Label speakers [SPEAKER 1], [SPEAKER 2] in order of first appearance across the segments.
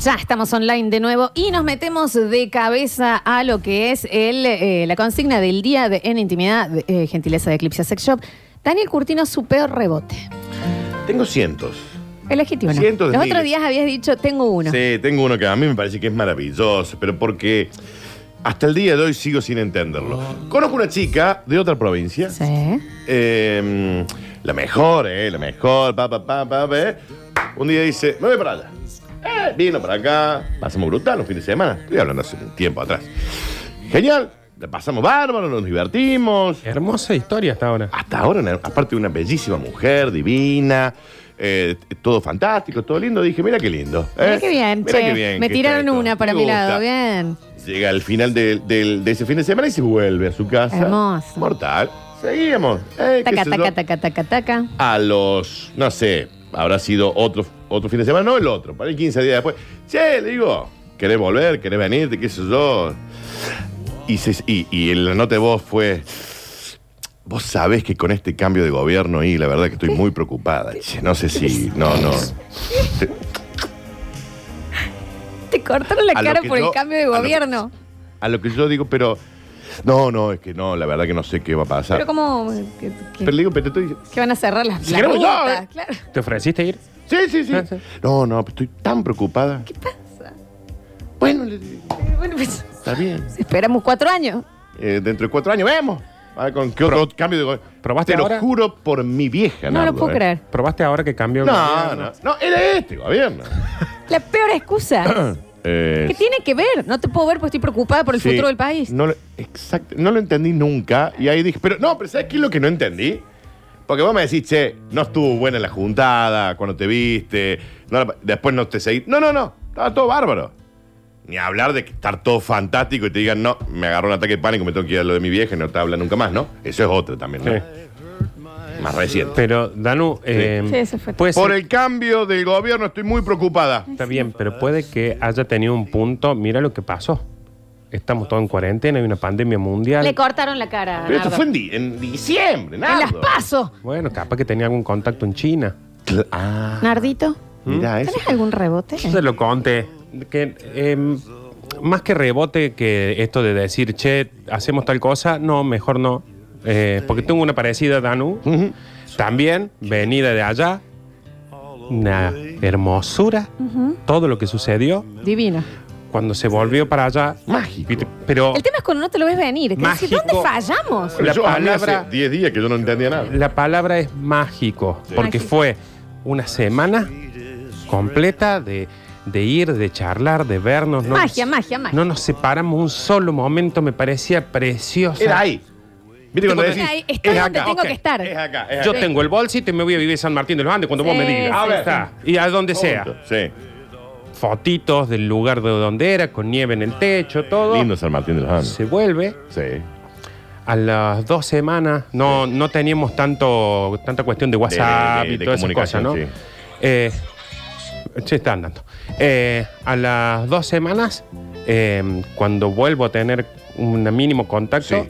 [SPEAKER 1] Ya estamos online de nuevo y nos metemos de cabeza a lo que es el, eh, la consigna del día de En Intimidad, de, eh, gentileza de Eclipse Sex Shop. Daniel Curtino, su peor rebote.
[SPEAKER 2] Tengo cientos.
[SPEAKER 1] Elegiste uno.
[SPEAKER 2] Cientos de
[SPEAKER 1] Los
[SPEAKER 2] miles.
[SPEAKER 1] otros días habías dicho, tengo uno.
[SPEAKER 2] Sí, tengo uno que a mí me parece que es maravilloso, pero porque hasta el día de hoy sigo sin entenderlo. Conozco una chica de otra provincia.
[SPEAKER 1] Sí.
[SPEAKER 2] Eh, la mejor, eh, la mejor, pa, pa, pa, pa, pa, eh. Un día dice, me voy para allá. Eh, vino para acá, pasamos brutal un fin de semana. Estoy hablando hace un tiempo atrás. Genial, la pasamos bárbaro, nos divertimos.
[SPEAKER 3] Hermosa historia hasta ahora.
[SPEAKER 2] Hasta ahora, una- aparte de una bellísima mujer, divina, eh, todo fantástico, todo lindo, dije, mira qué lindo. ¿eh?
[SPEAKER 1] Mirá qué bien,
[SPEAKER 2] Mirá
[SPEAKER 1] che.
[SPEAKER 2] qué bien
[SPEAKER 1] Me
[SPEAKER 2] que
[SPEAKER 1] tiraron
[SPEAKER 2] está esto.
[SPEAKER 1] una para
[SPEAKER 2] Me
[SPEAKER 1] mi
[SPEAKER 2] gusta.
[SPEAKER 1] lado, bien.
[SPEAKER 2] Llega al final del- del- de ese fin de semana y se vuelve a su casa.
[SPEAKER 1] Hermoso.
[SPEAKER 2] Mortal. Seguimos. Eh, qué
[SPEAKER 1] Taca,
[SPEAKER 2] sé yo.
[SPEAKER 1] taca, taca, taca, taca.
[SPEAKER 2] A los, no sé, habrá sido otro, otro fin de semana, no el otro, para el 15 días después. Che, le digo, ¿querés volver? ¿Querés venirte? ¿Qué sé yo? Y, se- y, y la nota de voz fue... Vos sabés que con este cambio de gobierno y la verdad que estoy muy preocupada. Che, no sé si... No, no.
[SPEAKER 1] Te cortaron la
[SPEAKER 2] A lo
[SPEAKER 1] cara
[SPEAKER 2] que
[SPEAKER 1] por el
[SPEAKER 2] yo-
[SPEAKER 1] cambio de
[SPEAKER 2] a lo que-
[SPEAKER 1] gobierno.
[SPEAKER 2] A lo que yo digo, pero... No, no, es que no, la verdad que no sé qué va a pasar.
[SPEAKER 1] Pero como que, que-
[SPEAKER 2] Pero le digo, pero te estoy...
[SPEAKER 1] que van a cerrar las,
[SPEAKER 2] Si
[SPEAKER 1] las
[SPEAKER 2] queremos yo,
[SPEAKER 1] rutas,
[SPEAKER 2] eh.
[SPEAKER 1] claro.
[SPEAKER 3] ¿Te ofreciste ir?
[SPEAKER 2] Sí, sí, sí.
[SPEAKER 3] Ah, sí.
[SPEAKER 2] No, no, estoy tan preocupada.
[SPEAKER 1] ¿Qué pasa?
[SPEAKER 2] Bueno, le digo,
[SPEAKER 1] Eh, Bueno, pues
[SPEAKER 2] está bien.
[SPEAKER 1] esperamos cuatro años.
[SPEAKER 2] Eh, dentro de cuatro años vemos. A ver con qué otro cambio de go-
[SPEAKER 3] ¿Probaste
[SPEAKER 2] Te
[SPEAKER 3] ahora?
[SPEAKER 2] lo juro por mi vieja,
[SPEAKER 1] No lo
[SPEAKER 2] Nardo,
[SPEAKER 1] puedo
[SPEAKER 2] eh.
[SPEAKER 1] creer.
[SPEAKER 3] ¿Probaste ahora que cambió el
[SPEAKER 2] No,
[SPEAKER 3] gobierno?
[SPEAKER 2] no, no, era este gobierno.
[SPEAKER 1] La peor excusa.
[SPEAKER 2] Eh,
[SPEAKER 1] ¿Qué tiene que ver? No te puedo ver porque estoy preocupada por el
[SPEAKER 2] sí,
[SPEAKER 1] futuro del país.
[SPEAKER 2] No lo, exacto, no lo entendí nunca. Y ahí dije, pero no, pero ¿sabes qué es lo que no entendí? Porque vos me decís, che, no estuvo buena la juntada, cuando te viste, no la- después no te seguí. No, no, no, estaba todo bárbaro. Ni hablar de que estar todo fantástico y te digan, no, me agarró un ataque de pánico, me tengo que ir a lo de mi vieja y no te habla nunca más, ¿no? Eso es otra también, ¿no?
[SPEAKER 3] Sí.
[SPEAKER 2] Más reciente.
[SPEAKER 3] Pero, Danu, eh,
[SPEAKER 1] Sí, eso fue.
[SPEAKER 3] puede
[SPEAKER 2] Por
[SPEAKER 3] ser-
[SPEAKER 2] el cambio del gobierno estoy muy preocupada.
[SPEAKER 3] Está bien, pero puede que haya tenido un punto. Mira lo que pasó. Estamos todos en cuarentena, hay una pandemia mundial.
[SPEAKER 1] Le cortaron la cara.
[SPEAKER 2] Pero esto
[SPEAKER 1] Nardo.
[SPEAKER 2] fue en, di- en diciembre,
[SPEAKER 1] en
[SPEAKER 2] nada.
[SPEAKER 1] las pasos.
[SPEAKER 3] Bueno, capaz que tenía algún contacto en China.
[SPEAKER 2] Ah,
[SPEAKER 1] Nardito,
[SPEAKER 2] mirá eso.
[SPEAKER 1] ¿tenés algún rebote?
[SPEAKER 3] Yo se lo conté. Que, em, más que rebote que esto de decir, che, hacemos tal cosa, no, mejor no. Eh, porque tengo una parecida, Danu. También, venida de allá. Una hermosura. Todo lo que sucedió
[SPEAKER 1] Divino.
[SPEAKER 3] cuando se volvió para allá.
[SPEAKER 2] Mágico.
[SPEAKER 3] Viste,
[SPEAKER 2] Oh.
[SPEAKER 3] Pero
[SPEAKER 1] El tema es cuando no te lo ves venir. Que decís,
[SPEAKER 3] Mágico.
[SPEAKER 1] ¿Dónde fallamos?
[SPEAKER 3] La
[SPEAKER 2] yo hablé
[SPEAKER 3] palabra-
[SPEAKER 2] hace 10 días que yo no entendía nada.
[SPEAKER 3] la palabra es mágico. Porque
[SPEAKER 1] Mágico.
[SPEAKER 3] fue una semana completa de, de ir, de charlar, de vernos. ¿no?
[SPEAKER 1] magia, magia, magia.
[SPEAKER 3] No nos separamos un solo momento, me parecía precioso.
[SPEAKER 2] Era ahí. Viste cuando
[SPEAKER 1] Era
[SPEAKER 2] decís,
[SPEAKER 1] ahí, estoy
[SPEAKER 2] es
[SPEAKER 1] donde
[SPEAKER 2] acá.
[SPEAKER 1] tengo
[SPEAKER 3] ok.
[SPEAKER 1] que estar.
[SPEAKER 2] Es acá, es acá.
[SPEAKER 3] Yo tengo el bolsito y me voy a vivir San Martín de los Andes cuando vos
[SPEAKER 1] Sí,
[SPEAKER 3] me digas.
[SPEAKER 1] sí,
[SPEAKER 3] Ahí
[SPEAKER 1] sí.
[SPEAKER 3] está. Y a donde sea.
[SPEAKER 2] Sí.
[SPEAKER 3] Fotitos del lugar de donde era, con nieve en el techo, todo.
[SPEAKER 2] Lindo San Martín de los Andes.
[SPEAKER 3] Se vuelve.
[SPEAKER 2] Sí.
[SPEAKER 3] A las dos semanas no, no teníamos tanto, tanta cuestión de WhatsApp
[SPEAKER 2] de- de
[SPEAKER 3] y todas esas cosas,
[SPEAKER 2] comunicación,
[SPEAKER 3] ¿no?
[SPEAKER 2] sí.
[SPEAKER 3] Eh, che, está andando. Eh, a las dos semanas, eh, cuando vuelvo a tener un mínimo contacto,
[SPEAKER 2] Sí.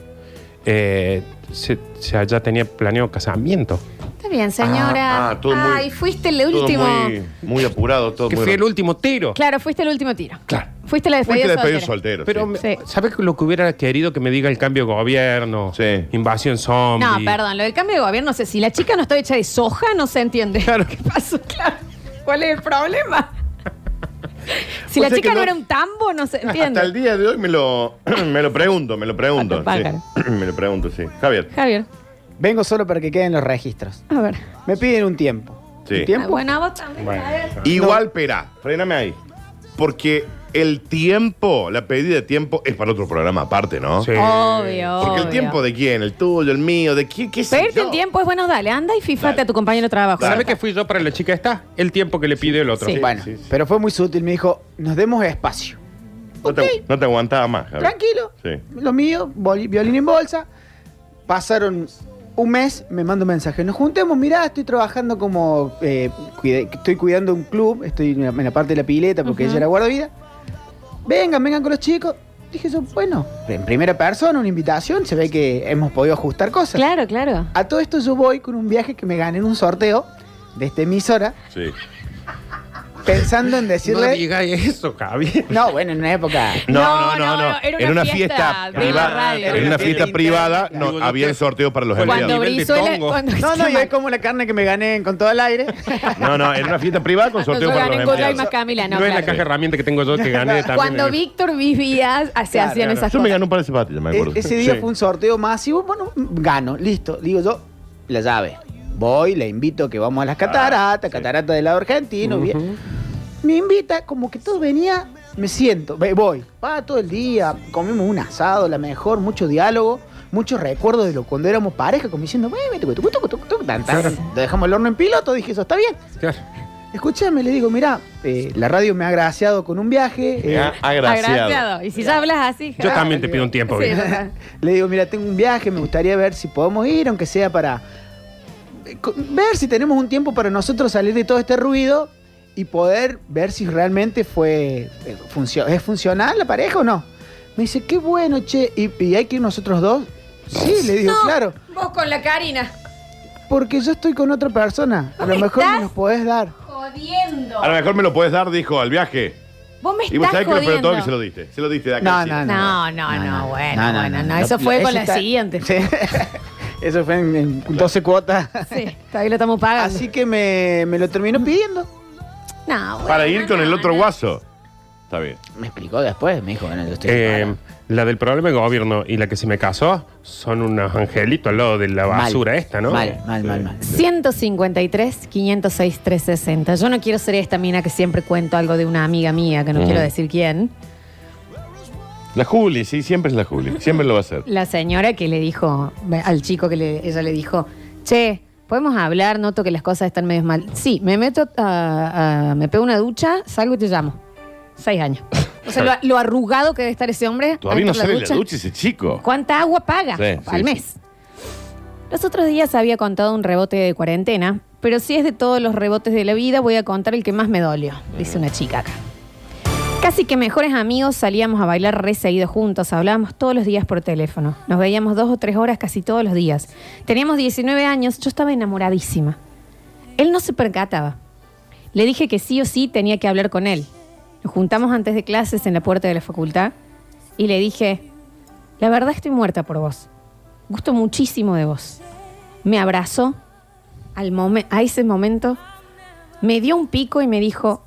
[SPEAKER 3] eh, se- se- ya tenía planeado casamiento.
[SPEAKER 1] Está bien, señora.
[SPEAKER 2] Ah, ah, todo muy-
[SPEAKER 1] Ay, fuiste el
[SPEAKER 2] Todo
[SPEAKER 1] último.
[SPEAKER 2] muy, muy apurado, todo
[SPEAKER 3] que
[SPEAKER 2] muy.
[SPEAKER 3] fue el último tiro.
[SPEAKER 1] Claro, fuiste el último tiro.
[SPEAKER 2] Claro.
[SPEAKER 1] Fuiste la
[SPEAKER 2] Fuiste
[SPEAKER 1] despedida
[SPEAKER 2] el despedido
[SPEAKER 1] soltera.
[SPEAKER 2] soltero.
[SPEAKER 3] Pero,
[SPEAKER 2] sí.
[SPEAKER 3] me-
[SPEAKER 1] Sí.
[SPEAKER 3] ¿sabes lo que hubiera querido que me diga el cambio de gobierno?
[SPEAKER 2] Sí.
[SPEAKER 3] Invasión zombie.
[SPEAKER 1] No, perdón, lo del cambio de gobierno, no sé, si la chica no está hecha de soja, no se entiende.
[SPEAKER 3] Claro.
[SPEAKER 1] ¿Qué pasó? Claro. ¿Cuál es el problema? si
[SPEAKER 2] O
[SPEAKER 1] la
[SPEAKER 2] sea
[SPEAKER 1] chica
[SPEAKER 2] que
[SPEAKER 1] no,
[SPEAKER 2] no-
[SPEAKER 1] era un tambo, no se entiende.
[SPEAKER 2] Hasta el día de hoy me lo, me lo pregunto, me lo pregunto.
[SPEAKER 1] Hasta el
[SPEAKER 2] sí. me lo pregunto, sí. Javier.
[SPEAKER 1] Javier,
[SPEAKER 4] Vengo solo para que queden los registros.
[SPEAKER 1] a ver.
[SPEAKER 4] Me piden un tiempo.
[SPEAKER 2] Sí.
[SPEAKER 4] ¿Un tiempo?
[SPEAKER 1] Ah, Bueno, a vos también. Javier.
[SPEAKER 2] Igual, espera, frename ahí. Porque el tiempo, la pedida de tiempo es para otro programa aparte, ¿no?
[SPEAKER 3] Sí.
[SPEAKER 1] Oh. Obvio,
[SPEAKER 2] Porque el
[SPEAKER 1] obvio.
[SPEAKER 2] tiempo de quién, el tuyo, el mío, de quién, qué sé
[SPEAKER 1] Pedirte
[SPEAKER 2] yo.
[SPEAKER 1] un tiempo es bueno, dale, anda y fíjate
[SPEAKER 2] Dale.
[SPEAKER 1] a tu compañero de trabajo.
[SPEAKER 3] ¿Sabes que fui yo para la chica esta? El tiempo que le pide el otro.
[SPEAKER 1] Sí.
[SPEAKER 4] Bueno,
[SPEAKER 2] sí, sí.
[SPEAKER 4] pero fue muy sutil. Me dijo, nos demos espacio.
[SPEAKER 2] No te, no te aguantaba más, Javier.
[SPEAKER 4] Tranquilo.
[SPEAKER 2] Sí.
[SPEAKER 4] Lo mío, boli- violín en bolsa. Pasaron un mes, me manda un mensaje. Nos juntemos, mirá, estoy trabajando como... eh, cuide- estoy cuidando un club. Estoy en la, en la parte de la pileta porque
[SPEAKER 1] Ujú.
[SPEAKER 4] ella era guardavida. Vengan, vengan con los chicos. Dije yo, bueno, en primera persona, una invitación. Se ve que hemos podido ajustar cosas.
[SPEAKER 1] Claro, claro.
[SPEAKER 4] A todo esto yo voy con un viaje que me gané en un sorteo de esta emisora.
[SPEAKER 2] Sí.
[SPEAKER 4] pensando en
[SPEAKER 3] No
[SPEAKER 4] decirle.
[SPEAKER 3] diga eso, Javier.
[SPEAKER 4] No, bueno, en una época.
[SPEAKER 2] No,
[SPEAKER 1] No,
[SPEAKER 2] no, no,
[SPEAKER 1] no,
[SPEAKER 2] no.
[SPEAKER 1] era una
[SPEAKER 2] en una
[SPEAKER 1] fiesta
[SPEAKER 2] fiesta
[SPEAKER 1] de la
[SPEAKER 2] privada,
[SPEAKER 1] radio.
[SPEAKER 2] en una fiesta
[SPEAKER 3] Interna.
[SPEAKER 2] privada,
[SPEAKER 3] Digo,
[SPEAKER 2] no
[SPEAKER 3] no
[SPEAKER 2] había
[SPEAKER 3] te-
[SPEAKER 2] el sorteo para los
[SPEAKER 3] Cuando
[SPEAKER 1] Cuando
[SPEAKER 2] empleados.
[SPEAKER 3] nivel de
[SPEAKER 1] Brizuela.
[SPEAKER 3] tongo.
[SPEAKER 1] Cuando
[SPEAKER 4] No, no, yo como la carne que me gané con todo el aire.
[SPEAKER 2] No, no, era una fiesta privada con
[SPEAKER 1] Cuando
[SPEAKER 2] sorteo
[SPEAKER 1] yo
[SPEAKER 2] para los
[SPEAKER 1] gané en Godoy
[SPEAKER 2] empleados.
[SPEAKER 1] más Camila, no,
[SPEAKER 3] No, es la
[SPEAKER 1] claro.
[SPEAKER 3] caja de herramientas que tengo yo que gané también.
[SPEAKER 1] Cuando Víctor vivía, se
[SPEAKER 4] Claro,
[SPEAKER 1] hacían
[SPEAKER 3] claro.
[SPEAKER 1] esas
[SPEAKER 2] Yo me
[SPEAKER 1] cosas.
[SPEAKER 2] gané un par de zapatillas, me acuerdo.
[SPEAKER 4] E- ese día
[SPEAKER 3] Sí.
[SPEAKER 4] fue un sorteo masivo. Bueno, gano, listo. Digo yo, la llave. Voy, la invito a que vamos a las cataratas, catarata del lado argentino. bien. Me invita, como que todo venía, me siento, ve- voy. Va todo el día, comimos un asado, la mejor, mucho diálogo, muchos recuerdos de lo cuando éramos pareja, como diciendo, "Ve, ve, tucu, tucu, tucu, tucu, tucu, tan, tan".
[SPEAKER 3] Claro.
[SPEAKER 4] dejamos el horno en piloto, dije, eso está bien.
[SPEAKER 3] Claro.
[SPEAKER 4] Escúchame, le digo, mirá, eh, la radio me ha agraciado con un viaje. eh,
[SPEAKER 2] Ah, Agraciado.
[SPEAKER 1] Agraciado. Y si ya hablas así,
[SPEAKER 3] Yo
[SPEAKER 1] ja.
[SPEAKER 3] también te pido un tiempo.
[SPEAKER 1] Sí,
[SPEAKER 3] Vic.
[SPEAKER 1] total.
[SPEAKER 4] Le digo, mira, tengo un viaje, me gustaría ver si podemos ir, aunque sea para eh, co- ver si tenemos un tiempo para nosotros salir de todo este ruido y poder ver si realmente fue eh, funcio- es funcional la pareja o no. Me dice, qué bueno, che, ¿y, y hay que ir nosotros dos? Sí, le digo,
[SPEAKER 1] No,
[SPEAKER 4] claro,
[SPEAKER 1] Vos con la Karina.
[SPEAKER 4] porque yo estoy con otra persona, a lo
[SPEAKER 1] ¿Dónde
[SPEAKER 4] mejor
[SPEAKER 1] estás?
[SPEAKER 4] nos podés dar.
[SPEAKER 1] Jodiendo.
[SPEAKER 2] A lo mejor me lo puedes dar, dijo, al viaje.
[SPEAKER 1] Vos me
[SPEAKER 2] Y vos
[SPEAKER 1] estás
[SPEAKER 2] sabés que lo peor de
[SPEAKER 1] jodiendo.
[SPEAKER 2] todo que se lo diste. Se lo diste de acá.
[SPEAKER 4] No,
[SPEAKER 2] sí.
[SPEAKER 4] no,
[SPEAKER 1] No, no, no, bueno, bueno, no, eso fue con la
[SPEAKER 4] está-
[SPEAKER 1] siguiente.
[SPEAKER 4] Sí. Eso fue en, en 12 cuotas.
[SPEAKER 1] Sí, todavía lo estamos pagando.
[SPEAKER 4] Así que me, me lo terminó pidiendo.
[SPEAKER 1] No, bueno,
[SPEAKER 2] Para ir con el
[SPEAKER 1] no,
[SPEAKER 2] otro
[SPEAKER 1] no.
[SPEAKER 2] guaso. Está bien.
[SPEAKER 4] Me explicó después, me dijo, bueno, yo estoy
[SPEAKER 3] Eh,
[SPEAKER 4] separado.
[SPEAKER 3] la del problema de gobierno y la que se me casó son unos angelitos al lado de la
[SPEAKER 4] Mal.
[SPEAKER 3] basura esta, ¿no?
[SPEAKER 4] Mal, mal, mal, mal.
[SPEAKER 1] 153, 506, 360. Yo no quiero ser esta mina que siempre cuento algo de una amiga mía, que no
[SPEAKER 2] Ujú.
[SPEAKER 1] quiero decir quién.
[SPEAKER 2] La Juli, sí, siempre es la Juli. Siempre lo va a hacer.
[SPEAKER 1] La señora que le dijo al chico que le- ella le dijo, che, podemos hablar, noto que las cosas están medio mal. Sí, me meto, a- a- me pego una ducha, salgo y te llamo. Seis años. O sea, lo, lo arrugado que debe estar ese hombre.
[SPEAKER 2] Todavía no
[SPEAKER 1] adentro de
[SPEAKER 2] sale de la ducha ese chico.
[SPEAKER 1] ¿Cuánta agua paga
[SPEAKER 2] Sí,
[SPEAKER 1] al
[SPEAKER 2] sí,
[SPEAKER 1] mes? Los otros días había contado un rebote de cuarentena, pero si es de todos los rebotes de la vida, voy a contar el que más me dolió, dice una chica acá. Casi que mejores amigos salíamos a bailar re seguido juntos, hablábamos todos los días por teléfono, nos veíamos dos o tres horas casi todos los días. Teníamos 19 años, yo estaba enamoradísima. Él no se percataba. Le dije que sí o sí tenía que hablar con él. Nos juntamos antes de clases en la puerta de la facultad y le dije, la verdad estoy muerta por vos. Gusto muchísimo de vos. Me abrazó al momen- a ese momento, me dio un pico y me dijo,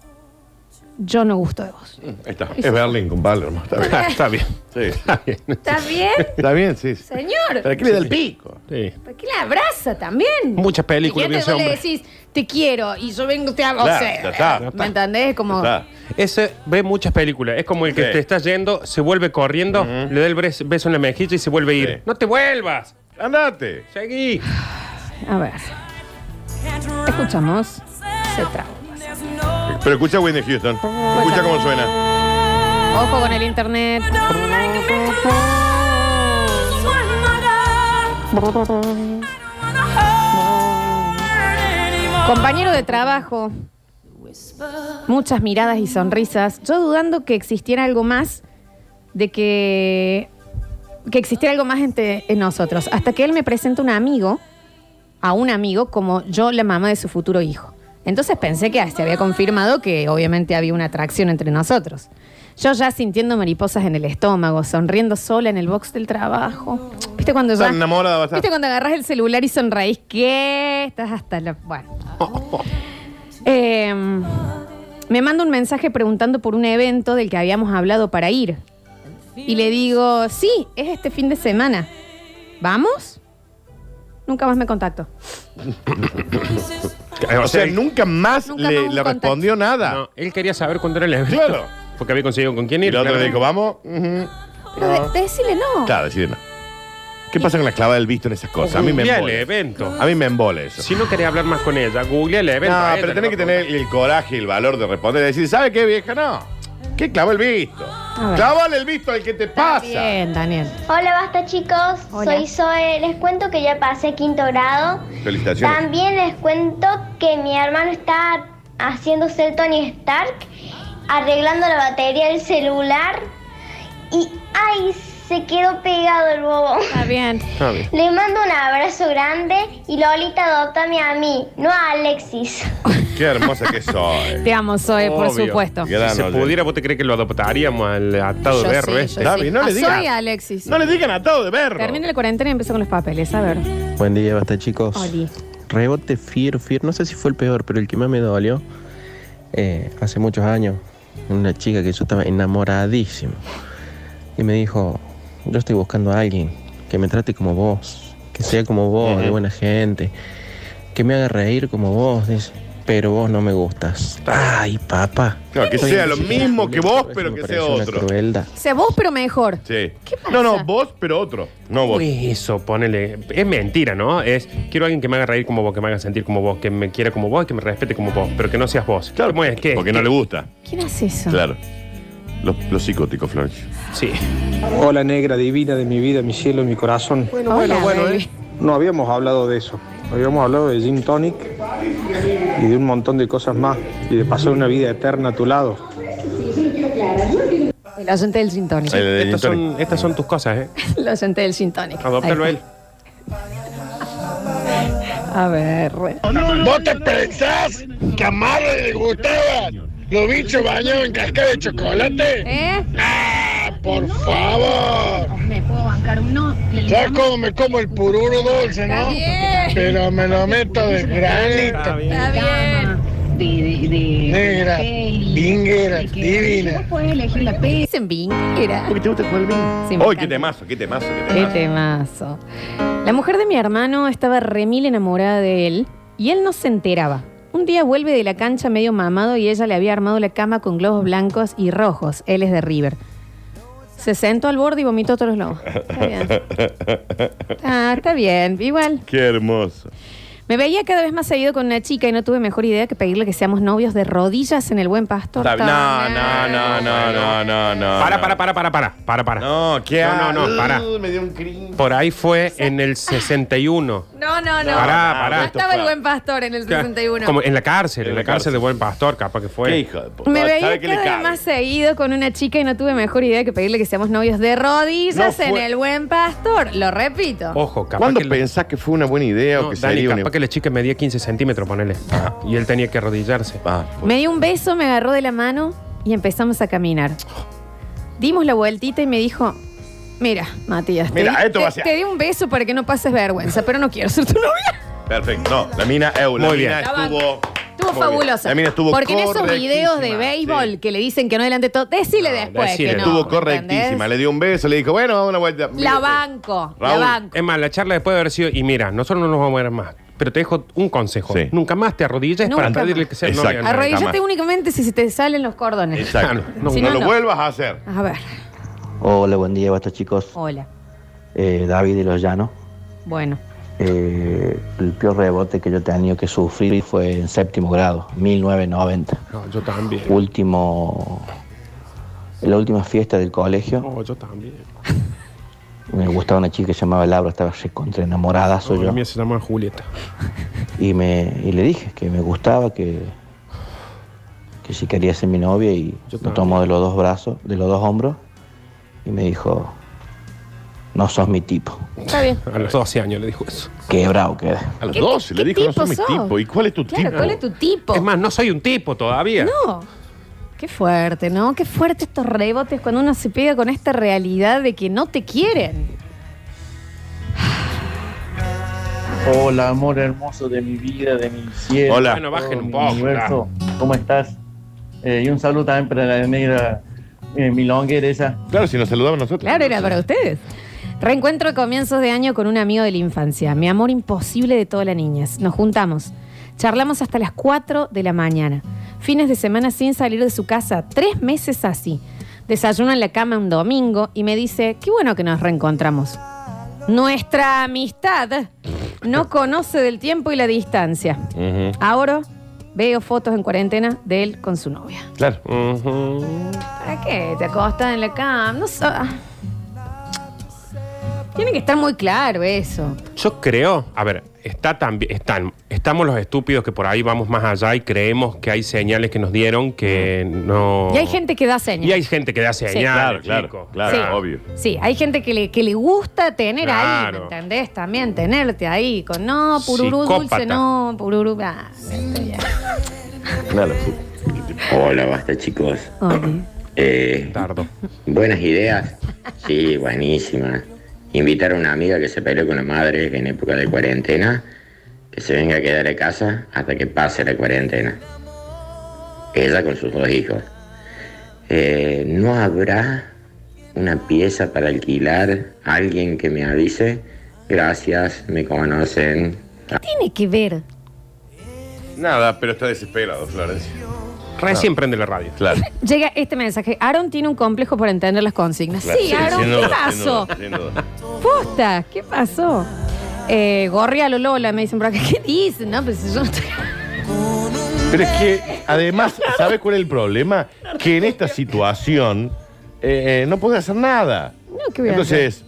[SPEAKER 1] yo no gusto de vos.
[SPEAKER 2] Ahí está. Es Berlin con Palermo. Está bien.
[SPEAKER 3] Ah, Está bien.
[SPEAKER 2] Sí.
[SPEAKER 1] ¿Estás bien,
[SPEAKER 2] Está bien, sí. sí.
[SPEAKER 1] señor?
[SPEAKER 2] ¿Para qué le da el pico?
[SPEAKER 3] Sí.
[SPEAKER 1] ¿Por qué la abraza también?
[SPEAKER 3] Muchas películas
[SPEAKER 1] Y que
[SPEAKER 3] vio ese
[SPEAKER 1] vos le
[SPEAKER 3] hombre.
[SPEAKER 1] decís, te quiero y yo vengo, te hago...
[SPEAKER 2] Claro,
[SPEAKER 1] o sea,
[SPEAKER 2] ya está, ya
[SPEAKER 1] ¿Me
[SPEAKER 2] está.
[SPEAKER 1] entendés? Como...
[SPEAKER 2] Está.
[SPEAKER 3] Ese ve muchas películas. Es como el que
[SPEAKER 2] Sí.
[SPEAKER 3] te está yendo, se vuelve corriendo, le da el bres- beso en la mejilla y se vuelve a ir.
[SPEAKER 2] Sí.
[SPEAKER 3] ¡No te vuelvas!
[SPEAKER 2] Andate.
[SPEAKER 3] ¡Seguí!
[SPEAKER 1] A ver, escuchamos. Se traba.
[SPEAKER 2] Pero escucha Whitney Houston. Escucha cómo suena.
[SPEAKER 1] Ojo con el internet. Compañero de trabajo, muchas miradas y sonrisas. Yo dudando que existiera algo más de que. que existiera algo más entre en nosotros. Hasta que él me presenta un amigo, a un amigo, como yo, la mamá de su futuro hijo. Entonces pensé que se había confirmado que obviamente había una atracción entre nosotros. Yo ya sintiendo mariposas en el estómago, sonriendo sola en el box del trabajo. ¿Viste cuando
[SPEAKER 2] Está
[SPEAKER 1] ya-
[SPEAKER 2] enamorada, va a estar.
[SPEAKER 1] ¿Viste cuando agarras el celular y sonreís? ¿Qué? Estás hasta la. Bueno. Eh, me manda un mensaje preguntando por un evento del que habíamos hablado para ir. Y le digo, sí, es este fin de semana. ¿Vamos? Nunca más me contacto.
[SPEAKER 2] O sea, nunca más
[SPEAKER 1] Nunca más un
[SPEAKER 2] le, le
[SPEAKER 1] contacto.
[SPEAKER 2] respondió nada.
[SPEAKER 3] No, él quería saber cuándo era el evento.
[SPEAKER 2] Claro.
[SPEAKER 3] Porque había conseguido con quién
[SPEAKER 2] Y
[SPEAKER 3] ir.
[SPEAKER 2] el otro
[SPEAKER 3] claro.
[SPEAKER 2] le dijo, vamos. Ujú.
[SPEAKER 1] Pero de- decile no.
[SPEAKER 2] Claro, decide no. ¿Qué pasa con la clava del visto en esas cosas? A mí me
[SPEAKER 3] Googlea el
[SPEAKER 2] embola.
[SPEAKER 3] evento.
[SPEAKER 2] A mí me embola eso.
[SPEAKER 3] Si no querés hablar más con ella, googlea el evento.
[SPEAKER 2] No,
[SPEAKER 3] A ella
[SPEAKER 2] pero
[SPEAKER 3] le
[SPEAKER 2] tenés
[SPEAKER 3] va
[SPEAKER 2] que
[SPEAKER 3] a
[SPEAKER 2] tener el coraje y el valor de responder y decir, ¿sabe qué, vieja? No. ¿Qué clava el visto?
[SPEAKER 1] ver.
[SPEAKER 2] Clavale el visto al que te
[SPEAKER 1] Está
[SPEAKER 2] pasa.
[SPEAKER 1] Bien, Daniel.
[SPEAKER 5] Hola, basta chicos.
[SPEAKER 1] Hola.
[SPEAKER 5] Soy Zoe. Les cuento que ya pasé quinto grado.
[SPEAKER 2] Felicitaciones.
[SPEAKER 5] También les cuento que mi hermano está haciéndose el Tony Stark, arreglando la batería del celular. Y ¡ay! Se quedó pegado el bobo.
[SPEAKER 1] Está bien.
[SPEAKER 2] Está bien.
[SPEAKER 5] Les mando un abrazo grande y Lolita adoptame a mí, no a Alexis.
[SPEAKER 2] Qué hermosa que soy.
[SPEAKER 1] Te amo, Zoe, Eh, por
[SPEAKER 3] Obvio.
[SPEAKER 1] supuesto.
[SPEAKER 2] Gran
[SPEAKER 3] si se
[SPEAKER 2] oyente.
[SPEAKER 3] pudiera, ¿vos te crees que lo adoptaríamos al atado
[SPEAKER 1] Yo
[SPEAKER 3] de berro
[SPEAKER 1] sí,
[SPEAKER 3] este?
[SPEAKER 1] yo
[SPEAKER 2] David,
[SPEAKER 1] sí.
[SPEAKER 2] no
[SPEAKER 1] A
[SPEAKER 2] le digas.
[SPEAKER 1] Zoe y a Alexis.
[SPEAKER 2] No le digan atado de berro.
[SPEAKER 1] Termina la cuarentena y empieza con los papeles, a ver.
[SPEAKER 6] Buen día, basta chicos.
[SPEAKER 1] Oli.
[SPEAKER 6] Rebote Fear, Fear, no sé si fue el peor, pero el que más me dolió eh, hace muchos años, una chica que yo estaba enamoradísimo y me dijo, yo estoy buscando a alguien que me trate como vos, que sea como vos, de buena gente, que me haga reír como vos, dice, pero vos no me gustas. Ay, papá.
[SPEAKER 2] No, que sea lo mismo que vos, pero que
[SPEAKER 6] Pues, Me
[SPEAKER 2] sea
[SPEAKER 6] pareció una
[SPEAKER 2] otro.
[SPEAKER 6] crueldad.
[SPEAKER 1] Sé vos, pero mejor.
[SPEAKER 2] Sí.
[SPEAKER 1] ¿Qué pasa?
[SPEAKER 2] No, no, vos, pero otro. No vos.
[SPEAKER 3] Uy, Eso, ponele. Es mentira, ¿no? Es quiero a alguien que me haga reír como vos, que me haga sentir como vos, que me quiera como vos, que me respete como vos, pero que no seas vos. Claro, ¿Cómo es que
[SPEAKER 2] Porque no le gusta.
[SPEAKER 1] ¿Quién hace eso?
[SPEAKER 2] Claro. Los, los psicóticos, Florencia.
[SPEAKER 3] Sí.
[SPEAKER 7] Hola negra divina de mi vida, mi cielo, mi corazón.
[SPEAKER 1] Hola, baby.
[SPEAKER 7] No habíamos hablado de eso. Habíamos hablado de Jim Tonic y de un montón de cosas más y de pasar una vida eterna a tu lado.
[SPEAKER 1] El oyente del gin tonic.
[SPEAKER 2] El- el
[SPEAKER 3] Estas
[SPEAKER 2] Tony.
[SPEAKER 3] son, estas son tus cosas, ¿eh?
[SPEAKER 1] El oyente del gin tonic.
[SPEAKER 3] Adóptalo
[SPEAKER 1] Ahí
[SPEAKER 3] él.
[SPEAKER 1] está. A ver.
[SPEAKER 8] ¿Vos te pensás que a Marley le gustaban los bichos bañados en casca de chocolate?
[SPEAKER 1] ¿Eh?
[SPEAKER 8] ¡Ah, por favor! ¿Me puedo bancar uno? ¿Sabes cómo me como el pururo dulce, no?
[SPEAKER 1] bien.
[SPEAKER 8] Pero me lo meto de granito.
[SPEAKER 1] Está bien.
[SPEAKER 8] Negra, vinguera, divina.
[SPEAKER 1] Dicen vinguera.
[SPEAKER 2] Porque te gusta jugar el vino.
[SPEAKER 1] Sí, me
[SPEAKER 2] Uy,
[SPEAKER 1] encanta.
[SPEAKER 2] qué temazo, qué temazo, qué
[SPEAKER 1] Qué
[SPEAKER 2] temazo.
[SPEAKER 1] temazo. La mujer de mi hermano estaba remil enamorada de él y él no se enteraba. Un día vuelve de la cancha medio mamado y ella le había armado la cama con globos blancos y rojos. Él es de River. Se sentó al borde y vomitó todos los globos. Está bien. Ah, está bien. Igual.
[SPEAKER 2] Qué hermoso.
[SPEAKER 1] Me veía cada vez más seguido con una chica y no tuve mejor idea que pedirle que seamos novios de rodillas en el buen pastor.
[SPEAKER 2] Está bien. No, no, no, no, no, no, Ah, no.
[SPEAKER 3] Para, para, para, para, para, para, para.
[SPEAKER 2] No, ¿qué
[SPEAKER 3] No, no, no,
[SPEAKER 2] ha-
[SPEAKER 3] para.
[SPEAKER 2] Uh, Me dio un cringe.
[SPEAKER 3] Por ahí fue en el 61.
[SPEAKER 1] No, no, no.
[SPEAKER 3] Pará, pará.
[SPEAKER 1] No
[SPEAKER 2] Esto
[SPEAKER 1] Ah, estaba
[SPEAKER 2] fue-
[SPEAKER 1] el buen pastor en el 61.
[SPEAKER 3] Como en la cárcel,
[SPEAKER 2] En
[SPEAKER 3] en
[SPEAKER 2] la
[SPEAKER 3] la cárcel de Buen Pastor, capaz que fue.
[SPEAKER 2] Qué hijo de puta.
[SPEAKER 1] Me
[SPEAKER 2] ¿Sabe
[SPEAKER 1] veía
[SPEAKER 2] qué le
[SPEAKER 1] cada vez
[SPEAKER 2] cabe?
[SPEAKER 1] más seguido con una chica y no tuve mejor idea que pedirle que seamos novios de rodillas
[SPEAKER 2] No
[SPEAKER 1] en
[SPEAKER 2] fue- Oh.
[SPEAKER 1] el buen pastor. Lo repito.
[SPEAKER 3] Ojo, capaz
[SPEAKER 2] ¿Cuándo
[SPEAKER 3] que. le-
[SPEAKER 2] pensás que fue una buena idea
[SPEAKER 3] No,
[SPEAKER 2] o que
[SPEAKER 3] Dani,
[SPEAKER 2] sería
[SPEAKER 3] capaz
[SPEAKER 2] una...
[SPEAKER 3] que la chica medía 15 centímetros, ponele. Y él tenía que arrodillarse.
[SPEAKER 2] Ah,
[SPEAKER 1] Me dio un beso, me agarró de la mano y empezamos a caminar. Dimos la vueltita y me dijo, mira, Matías,
[SPEAKER 2] Mira,
[SPEAKER 1] te, di,
[SPEAKER 2] esto va
[SPEAKER 1] te-
[SPEAKER 2] hacia-
[SPEAKER 1] te di un beso para que no pases vergüenza, pero no quiero ser tu novia.
[SPEAKER 2] perfecto. No, la mina, eh, la
[SPEAKER 3] Muy
[SPEAKER 2] mina
[SPEAKER 3] bien.
[SPEAKER 2] estuvo...
[SPEAKER 1] Estuvo
[SPEAKER 2] Muy
[SPEAKER 1] fabulosa.
[SPEAKER 2] bien. La mina estuvo
[SPEAKER 1] Porque en esos videos de
[SPEAKER 2] correctísima,
[SPEAKER 1] béisbol
[SPEAKER 2] sí.
[SPEAKER 1] que le dicen que no delante todo, decile después
[SPEAKER 3] decile,
[SPEAKER 1] que no.
[SPEAKER 2] Estuvo
[SPEAKER 1] ¿me
[SPEAKER 2] correctísima.
[SPEAKER 1] entendés?
[SPEAKER 2] Le dio un beso, le dijo, bueno, vamos a una vuelta.
[SPEAKER 1] La
[SPEAKER 2] Mire,
[SPEAKER 1] banco, la
[SPEAKER 2] Raúl,
[SPEAKER 1] banco.
[SPEAKER 3] Es más, la charla después de haber sido, y mira, nosotros no nos vamos a ver más, pero te dejo un consejo.
[SPEAKER 2] Sí.
[SPEAKER 3] Nunca más te arrodilles
[SPEAKER 1] Nunca
[SPEAKER 3] para pedirle
[SPEAKER 1] más.
[SPEAKER 3] que sea
[SPEAKER 2] Exacto.
[SPEAKER 3] novia.
[SPEAKER 2] Arro-
[SPEAKER 1] Arrodillate
[SPEAKER 2] jamás.
[SPEAKER 1] únicamente si se te salen los cordones.
[SPEAKER 2] Exacto.
[SPEAKER 3] Ah,
[SPEAKER 2] no,
[SPEAKER 3] no,
[SPEAKER 1] Si
[SPEAKER 2] no
[SPEAKER 1] no,
[SPEAKER 2] lo
[SPEAKER 1] no.
[SPEAKER 2] vuelvas a hacer.
[SPEAKER 1] A ver,
[SPEAKER 9] Hola, buen día, basta chicos.
[SPEAKER 1] hola.
[SPEAKER 9] Eh, David de los Llanos.
[SPEAKER 1] Bueno,
[SPEAKER 9] Eh, el peor rebote que yo he tenido que sufrir fue en séptimo grado, 1990.
[SPEAKER 3] No, yo también.
[SPEAKER 9] Último. La última fiesta del colegio.
[SPEAKER 3] No, yo también.
[SPEAKER 9] Me gustaba una chica que se llamaba Laura, estaba recontra enamorada, soy
[SPEAKER 3] No, la
[SPEAKER 9] yo.
[SPEAKER 3] mía se llama Julieta.
[SPEAKER 9] Y, me, y le dije que me gustaba, que, que si quería ser mi novia y
[SPEAKER 3] Yo
[SPEAKER 9] me tomó de los dos brazos, de los dos hombros y me dijo, no sos mi tipo.
[SPEAKER 1] está bien.
[SPEAKER 3] A los 12 años le dijo eso.
[SPEAKER 9] Quebrado quedé.
[SPEAKER 2] A los
[SPEAKER 1] ¿Qué-
[SPEAKER 2] 12 le
[SPEAKER 1] qué
[SPEAKER 2] dijo, no
[SPEAKER 1] tipo
[SPEAKER 2] soy mi
[SPEAKER 1] sos?
[SPEAKER 2] tipo. ¿Y cuál es tu
[SPEAKER 1] Claro,
[SPEAKER 2] tipo?
[SPEAKER 1] ¿cuál es tu tipo?
[SPEAKER 3] Es más, no soy un tipo todavía.
[SPEAKER 1] No. Qué fuerte, ¿no? Qué fuerte estos rebotes cuando uno se pega con esta realidad de que no te quieren.
[SPEAKER 10] Hola, amor hermoso de mi vida, de mi cielo.
[SPEAKER 2] Hola.
[SPEAKER 3] Bueno, bajen un
[SPEAKER 10] mi
[SPEAKER 3] poco.
[SPEAKER 10] universo. ¿Cómo estás? Eh, y un saludo también para la negra eh, Milonguer esa.
[SPEAKER 2] Claro, si nos saludaban nosotros.
[SPEAKER 1] Claro, era para ustedes. Reencuentro a comienzos de año con un amigo de la infancia, mi amor imposible de toda la niñez. Nos juntamos, charlamos hasta las 4 de la mañana, fines de semana sin salir de su casa, tres meses así. Desayuno en la cama un domingo y me dice, qué bueno que nos reencontramos. Nuestra amistad no conoce del tiempo y la distancia.
[SPEAKER 2] Ujú.
[SPEAKER 1] Ahora veo fotos en cuarentena de él con su novia.
[SPEAKER 2] Claro.
[SPEAKER 3] Ujú.
[SPEAKER 1] ¿Para qué? ¿Te acostas en la cama? No sé. Tiene que estar muy claro eso.
[SPEAKER 3] Yo creo, a ver, está también, están, estamos los estúpidos que por ahí vamos más allá y creemos que hay señales que nos dieron que no.
[SPEAKER 1] Y hay gente que da señas.
[SPEAKER 3] Oh. Y hay gente que da
[SPEAKER 2] Claro,
[SPEAKER 3] señales,
[SPEAKER 2] claro,
[SPEAKER 3] chico.
[SPEAKER 2] claro,
[SPEAKER 1] Sí.
[SPEAKER 2] obvio.
[SPEAKER 1] Sí, hay gente que le, que le gusta tener ahí, ¿me
[SPEAKER 3] Claro.
[SPEAKER 1] entendés? También tenerte ahí con no, pururú
[SPEAKER 3] Psicópata.
[SPEAKER 1] dulce, no, pururú. ah, está bien.
[SPEAKER 11] Claro. Hola, basta, chicos.
[SPEAKER 1] Ay.
[SPEAKER 11] Eh, Buenas ideas. Sí, buenísimas. Invitar a una amiga que se peleó con la madre en época de cuarentena, que se venga a quedar a casa hasta que pase la cuarentena. Ella con sus dos hijos. Eh, ¿No habrá una pieza para alquilar? ¿Alguien que me avise? Gracias, me conocen.
[SPEAKER 1] ¿Qué tiene que ver?
[SPEAKER 2] Nada, pero está desesperado, Florencia.
[SPEAKER 3] Recién prende la radio.
[SPEAKER 2] Claro.
[SPEAKER 1] Llega este mensaje. Aaron tiene un complejo por entender las consignas.
[SPEAKER 2] Claro,
[SPEAKER 1] Sí,
[SPEAKER 2] sí,
[SPEAKER 1] Aaron,
[SPEAKER 2] sin
[SPEAKER 1] ¿qué
[SPEAKER 2] duda, sin
[SPEAKER 1] pasó?
[SPEAKER 2] duda, sin duda.
[SPEAKER 1] Posta, ¿qué pasó? Eh, Gorrialo Lola, me dicen por acá. ¿Qué dicen? No, pues yo no estoy...
[SPEAKER 2] Pero es que, además, ¿sabe cuál es el problema? Que en esta situación eh, eh, no podés hacer nada.
[SPEAKER 1] No, ¿qué voy a
[SPEAKER 2] Entonces,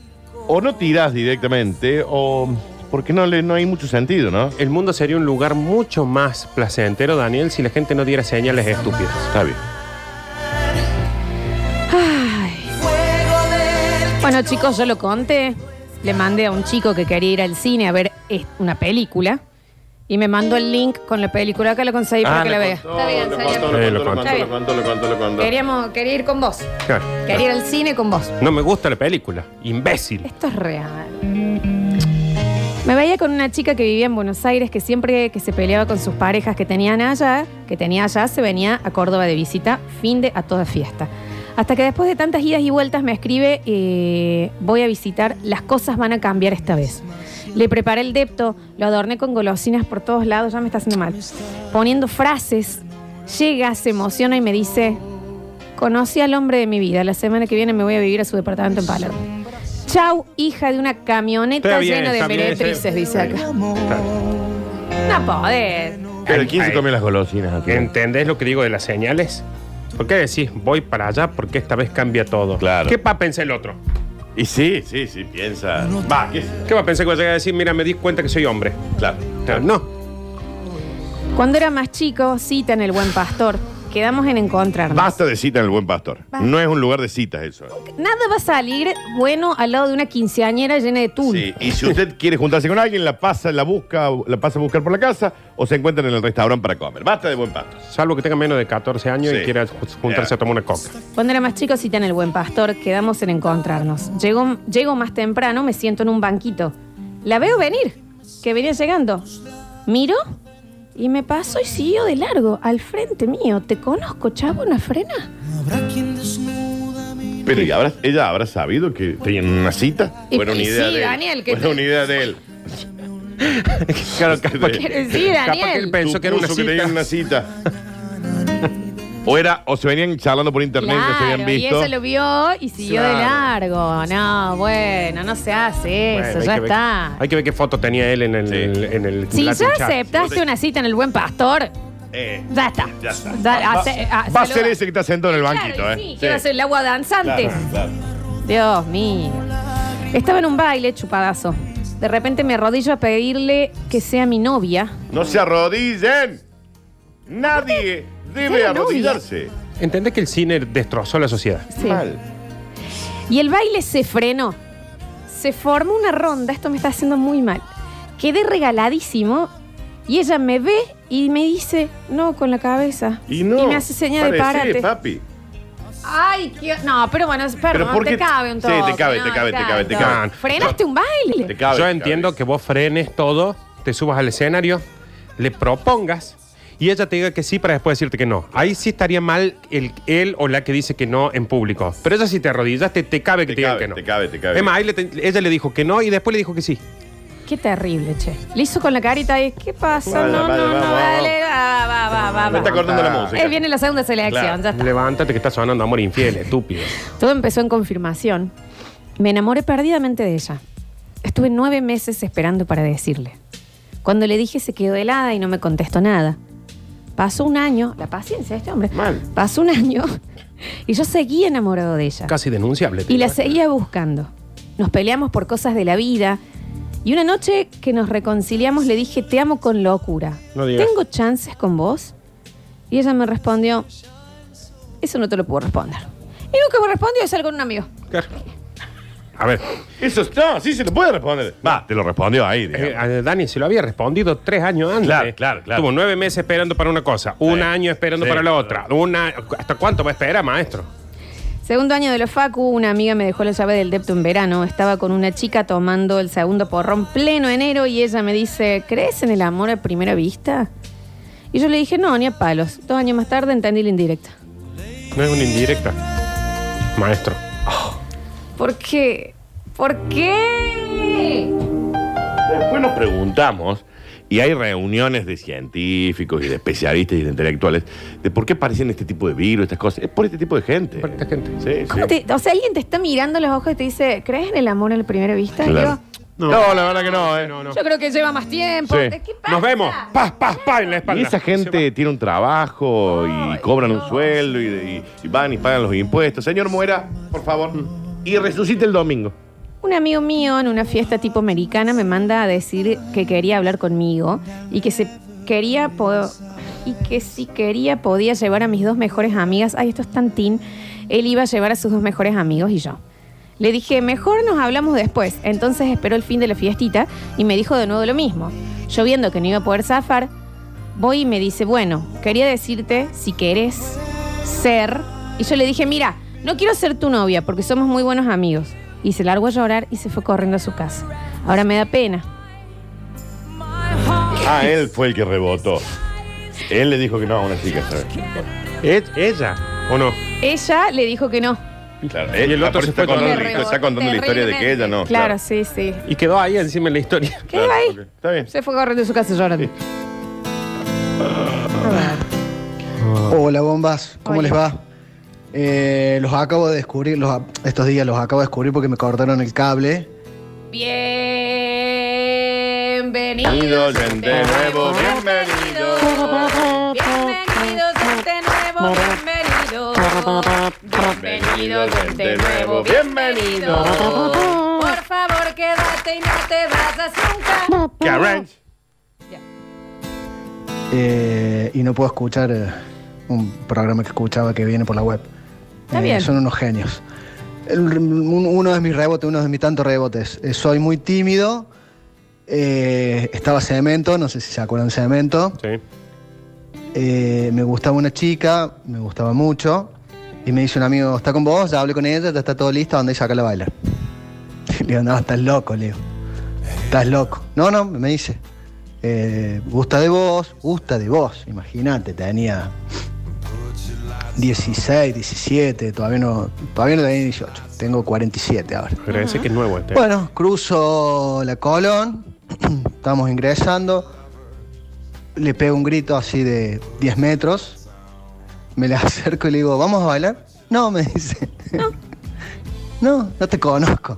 [SPEAKER 2] o no tirás directamente, o. Porque no, le, no hay mucho sentido, ¿no?
[SPEAKER 3] El mundo sería un lugar mucho más placentero, Daniel, si la gente no diera señales estúpidas.
[SPEAKER 2] Está bien.
[SPEAKER 1] hacer? Bueno, chicos, yo lo conté. Le mandé a un chico que quería ir al cine a ver es- una película. Y me mandó el link con la película. Acá lo conseguí para
[SPEAKER 2] Ah,
[SPEAKER 1] que
[SPEAKER 2] le
[SPEAKER 1] la vea.
[SPEAKER 2] contó,
[SPEAKER 1] Está bien,
[SPEAKER 2] lo
[SPEAKER 1] está
[SPEAKER 2] contó,
[SPEAKER 1] bien.
[SPEAKER 3] Eh,
[SPEAKER 2] lo
[SPEAKER 3] lo
[SPEAKER 2] contó,
[SPEAKER 1] contó.
[SPEAKER 2] lo contó, lo contó, lo contó.
[SPEAKER 1] Queríamos, quería ir con vos.
[SPEAKER 3] Claro.
[SPEAKER 1] Quería ir al cine con vos.
[SPEAKER 3] No me gusta la película. Imbécil.
[SPEAKER 1] Esto es real. Me veía con una chica que vivía en Buenos Aires que siempre que se peleaba con sus parejas que tenían allá, que tenía allá, se venía a Córdoba de visita, fin de a toda fiesta. Hasta que después de tantas idas y vueltas me escribe, eh, voy a visitar, las cosas van a cambiar esta vez. Le preparé el depto, lo adorné con golosinas por todos lados, ya me está haciendo mal. Poniendo frases, llega, se emociona y me dice, conocí al hombre de mi vida, la semana que viene me voy a vivir a su departamento en Palermo. Chau, hija de una camioneta
[SPEAKER 3] Está bien,
[SPEAKER 1] llena de
[SPEAKER 3] está bien,
[SPEAKER 1] meretrices,
[SPEAKER 3] está bien.
[SPEAKER 1] dice acá. No podés.
[SPEAKER 2] Pero ¿quién se comió las golosinas? acá?
[SPEAKER 3] ¿Entendés lo que digo de las señales? ¿Por qué decís voy para allá? Porque esta vez cambia todo.
[SPEAKER 2] Claro.
[SPEAKER 3] ¿Qué va a pensar el otro?
[SPEAKER 2] Y sí, sí, sí, piensa. Va, ¿qué es?
[SPEAKER 3] ¿Qué va a pensar que va a llegar a decir, mira, me di cuenta que soy hombre?
[SPEAKER 2] Claro.
[SPEAKER 3] Claro, No.
[SPEAKER 1] Cuando era más chico, cita en el Buen Pastor. Quedamos en encontrarnos.
[SPEAKER 2] Basta de cita en el buen pastor.
[SPEAKER 1] Basta.
[SPEAKER 2] No es un lugar de citas eso.
[SPEAKER 1] Nada va a salir bueno al lado de una quinceañera llena de tul.
[SPEAKER 2] Sí, y si usted quiere juntarse con alguien, la pasa, la busca, la pasa a buscar por la casa o se encuentran en el restaurante para comer. Basta de buen pastor.
[SPEAKER 3] Salvo que tenga menos de 14 años
[SPEAKER 2] Sí.
[SPEAKER 3] y quiera ju- juntarse
[SPEAKER 2] Ya.
[SPEAKER 3] a tomar una coca.
[SPEAKER 1] Cuando era más chico, cita en el Buen Pastor. Quedamos en encontrarnos. Llego, llego más temprano, me siento en un banquito. La veo venir, que venía llegando. Miro y me paso y siguió de largo, al frente mío. Te conozco, chavo, una frena.
[SPEAKER 2] Pero ¿y habrá- ella habrá sabido que tenían una cita?
[SPEAKER 1] Y-
[SPEAKER 2] Fue una
[SPEAKER 1] y
[SPEAKER 2] idea
[SPEAKER 1] sí,
[SPEAKER 2] de él.
[SPEAKER 1] Daniel, que
[SPEAKER 2] Fue
[SPEAKER 1] te-
[SPEAKER 2] una idea de él.
[SPEAKER 3] Claro, capaz que,
[SPEAKER 1] Quiero decir,
[SPEAKER 3] capaz que
[SPEAKER 1] Daniel.
[SPEAKER 3] él pensó que era una
[SPEAKER 2] Supuso que
[SPEAKER 3] cita.
[SPEAKER 2] tenían una cita. O era, o se venían charlando por internet, no se habían
[SPEAKER 1] Claro, y
[SPEAKER 2] visto.
[SPEAKER 1] ella lo vio y siguió de largo. No, bueno, no se hace
[SPEAKER 3] Bueno,
[SPEAKER 1] eso,
[SPEAKER 3] hay
[SPEAKER 1] ya
[SPEAKER 3] que ver-
[SPEAKER 1] está.
[SPEAKER 3] Hay que ver qué foto tenía él en el.
[SPEAKER 2] Sí.
[SPEAKER 3] en el
[SPEAKER 1] Si
[SPEAKER 3] Latin
[SPEAKER 1] ya
[SPEAKER 3] Chat.
[SPEAKER 1] aceptaste una cita en el Buen Pastor,
[SPEAKER 2] Eh,
[SPEAKER 1] ya está.
[SPEAKER 2] ya está.
[SPEAKER 1] Da-
[SPEAKER 2] va,
[SPEAKER 1] hace- ah,
[SPEAKER 2] va a
[SPEAKER 1] saluda.
[SPEAKER 2] ser ese que está sentado en el banquito,
[SPEAKER 1] Claro, y
[SPEAKER 2] ¿eh?
[SPEAKER 1] Sí, quiero hacer el agua danzante.
[SPEAKER 2] Claro, claro.
[SPEAKER 1] Dios mío. Estaba en un baile chupadazo. De repente me arrodillo a pedirle que sea mi novia.
[SPEAKER 2] No se arrodillen. Nadie debe
[SPEAKER 1] novia.
[SPEAKER 2] arrodillarse.
[SPEAKER 3] ¿Entendés que el cine destrozó la sociedad?
[SPEAKER 1] Sí.
[SPEAKER 2] Mal.
[SPEAKER 1] Y el baile se frenó. Se formó una ronda, esto me está haciendo muy mal. Quedé regaladísimo y ella me ve y me dice, no, con la cabeza.
[SPEAKER 2] Y no.
[SPEAKER 1] me hace señal de parate.
[SPEAKER 2] parecé, papi.
[SPEAKER 1] Ay, qué... No, pero bueno, perdón,
[SPEAKER 2] ¿por
[SPEAKER 1] te
[SPEAKER 2] qué-
[SPEAKER 1] cabe un
[SPEAKER 2] Sí,
[SPEAKER 1] toque.
[SPEAKER 2] te cabe,
[SPEAKER 1] no,
[SPEAKER 2] te cabe, te cabe, te
[SPEAKER 1] tanto.
[SPEAKER 2] cabe.
[SPEAKER 1] Frenaste un baile.
[SPEAKER 2] Te cabe,
[SPEAKER 3] Yo
[SPEAKER 2] te
[SPEAKER 3] entiendo
[SPEAKER 2] cabe.
[SPEAKER 3] que vos frenes todo, te subas al escenario, le propongas y ella te diga que sí para después decirte que no. Ahí sí estaría mal el, él o la que dice que no en público. Pero ella si te arrodillaste, te cabe que
[SPEAKER 2] Te
[SPEAKER 3] te, digan
[SPEAKER 2] cabe,
[SPEAKER 3] que no.
[SPEAKER 2] te cabe, te cabe.
[SPEAKER 3] Es más, ahí le te- ella le dijo que no y después le dijo que sí.
[SPEAKER 1] Qué terrible, che. Le hizo con la carita y ¿qué pasa?
[SPEAKER 2] Vale,
[SPEAKER 1] no,
[SPEAKER 2] vale,
[SPEAKER 1] no,
[SPEAKER 2] vamos,
[SPEAKER 1] no,
[SPEAKER 2] vamos.
[SPEAKER 1] dale, va, va, va, va,
[SPEAKER 2] Me
[SPEAKER 1] va.
[SPEAKER 2] está cortando la
[SPEAKER 3] Ah.
[SPEAKER 2] música.
[SPEAKER 1] Eh, viene la segunda selección,
[SPEAKER 2] Claro.
[SPEAKER 1] ya está.
[SPEAKER 3] Levántate que está sonando amor infiel, estúpido.
[SPEAKER 1] Todo empezó en confirmación. Me enamoré perdidamente de ella. Estuve nueve meses esperando para decirle. Cuando le dije se quedó helada y no me contestó nada. Pasó un año, la paciencia de este hombre.
[SPEAKER 2] Mal.
[SPEAKER 1] Pasó un año y yo seguía enamorado de ella.
[SPEAKER 3] Casi denunciable.
[SPEAKER 1] Y la seguía buscando. Nos peleamos por cosas de la vida. Y una noche que nos reconciliamos le dije, te amo con locura.
[SPEAKER 3] No digas.
[SPEAKER 1] ¿Tengo chances con vos? Y ella me respondió, eso no te lo puedo responder. Y nunca me respondió, es algo con un amigo.
[SPEAKER 3] Claro. A ver.
[SPEAKER 2] Eso está, sí se lo puede responder. Va, te lo respondió ahí.
[SPEAKER 3] Eh, a Dani se lo había respondido tres años antes.
[SPEAKER 2] Claro, claro, claro.
[SPEAKER 3] Tuvo nueve meses esperando para una cosa, un año esperando
[SPEAKER 2] Sí,
[SPEAKER 3] para la otra. Una, ¿Hasta cuánto va a esperar, maestro?
[SPEAKER 1] Segundo año de los Facu, una amiga me dejó la llave del depto en verano. Estaba con una chica tomando el segundo porrón pleno enero y ella me dice, ¿crees en el amor a primera vista? Y yo le dije, no, ni a palos. Dos años más tarde entendí la indirecta.
[SPEAKER 3] No es una indirecta. Maestro.
[SPEAKER 1] ¿Por qué? ¿Por qué?
[SPEAKER 3] ah.
[SPEAKER 2] Después nos preguntamos, y hay reuniones de científicos y de especialistas y de intelectuales, de por qué aparecen este tipo de virus, estas cosas. Es por este tipo de gente. Por
[SPEAKER 3] esta gente.
[SPEAKER 2] Sí,
[SPEAKER 1] ¿Cómo
[SPEAKER 2] sí.
[SPEAKER 1] te- o sea, alguien te está mirando los ojos y te dice, ¿crees en el amor a la primera vista? Y
[SPEAKER 2] Claro.
[SPEAKER 3] No.
[SPEAKER 2] la verdad que no, ¿eh?
[SPEAKER 1] yo, yo creo que lleva más tiempo.
[SPEAKER 2] Sí.
[SPEAKER 1] ¿Qué
[SPEAKER 3] Nos vemos. Paz, paz, paz en la espalda.
[SPEAKER 2] Y esa gente tiene un trabajo y cobran un sueldo y, y- y van y pagan los impuestos. Señor, muera, por favor.
[SPEAKER 1] Mm.
[SPEAKER 2] Y resucite el domingo.
[SPEAKER 1] Un amigo mío en una fiesta tipo americana me manda a decir que quería hablar conmigo y que se quería po- y que si quería podía llevar a mis dos mejores amigas. Ay, esto es tan teen. Él iba a llevar a sus dos mejores amigos y yo. Le dije, mejor nos hablamos después. Entonces esperó el fin de la fiestita y me dijo de nuevo lo mismo. Yo viendo que no iba a poder zafar, voy y me dice, bueno, quería decirte si querés ser. Y yo le dije, mira, no quiero ser tu novia porque somos muy buenos amigos. Y se largó a llorar y se fue corriendo a su casa. Ahora me da pena.
[SPEAKER 2] Ah, él fue el que rebotó. Él le dijo que no a una chica, ¿sabes?
[SPEAKER 3] ¿Es ella o no?
[SPEAKER 1] Ella le dijo que no.
[SPEAKER 2] Claro,
[SPEAKER 3] Y el
[SPEAKER 2] él-
[SPEAKER 3] otro
[SPEAKER 2] por eso
[SPEAKER 3] se
[SPEAKER 2] está
[SPEAKER 3] fue
[SPEAKER 2] contando,
[SPEAKER 3] con-
[SPEAKER 2] la- está contando la historia de que ella no.
[SPEAKER 1] Claro, sí, sí.
[SPEAKER 3] Y quedó ahí encima en la historia.
[SPEAKER 1] ¿Qué hay?
[SPEAKER 2] Está bien.
[SPEAKER 1] Se fue corriendo a su casa llorando.
[SPEAKER 12] Hola bombas, ¿cómo
[SPEAKER 1] Hola.
[SPEAKER 12] les va? Eh, los acabo de descubrir, los a- estos días los acabo de descubrir porque me cortaron el cable.
[SPEAKER 1] Bienvenidos
[SPEAKER 2] de nuevo, bienvenidos.
[SPEAKER 1] Bienvenidos de nuevo, bienvenidos. Bienvenidos de nuevo, bienvenidos. Por favor, quédate y no te vayas nunca.
[SPEAKER 12] Eh, y no puedo escuchar eh, un programa que escuchaba que viene por la web. Eh,
[SPEAKER 1] Está bien.
[SPEAKER 12] Son unos genios. El- un- uno de mis rebotes, uno de mis tantos rebotes. Eh, soy muy tímido. Eh, estaba Cemento, no sé si se acuerdan de Cemento.
[SPEAKER 3] Sí.
[SPEAKER 12] Eh, me gustaba una chica, me gustaba mucho. Y me dice un amigo, ¿está con vos? Ya hablé con ella, ya está todo listo, anda y saca la baila. Le digo, no, estás loco, Leo. Estás loco. No, no, me dice. eh, gusta de vos, gusta de vos. Imagínate, tenía 16, 17, todavía no, todavía no tenía 18. Tengo 47 ahora.
[SPEAKER 3] Parece que es nuevo este.
[SPEAKER 12] Bueno, cruzo la Colón, estamos ingresando, le pego un grito así de 10 metros, me le acerco y le digo, ¿vamos a bailar? No, me dice. No, no te conozco.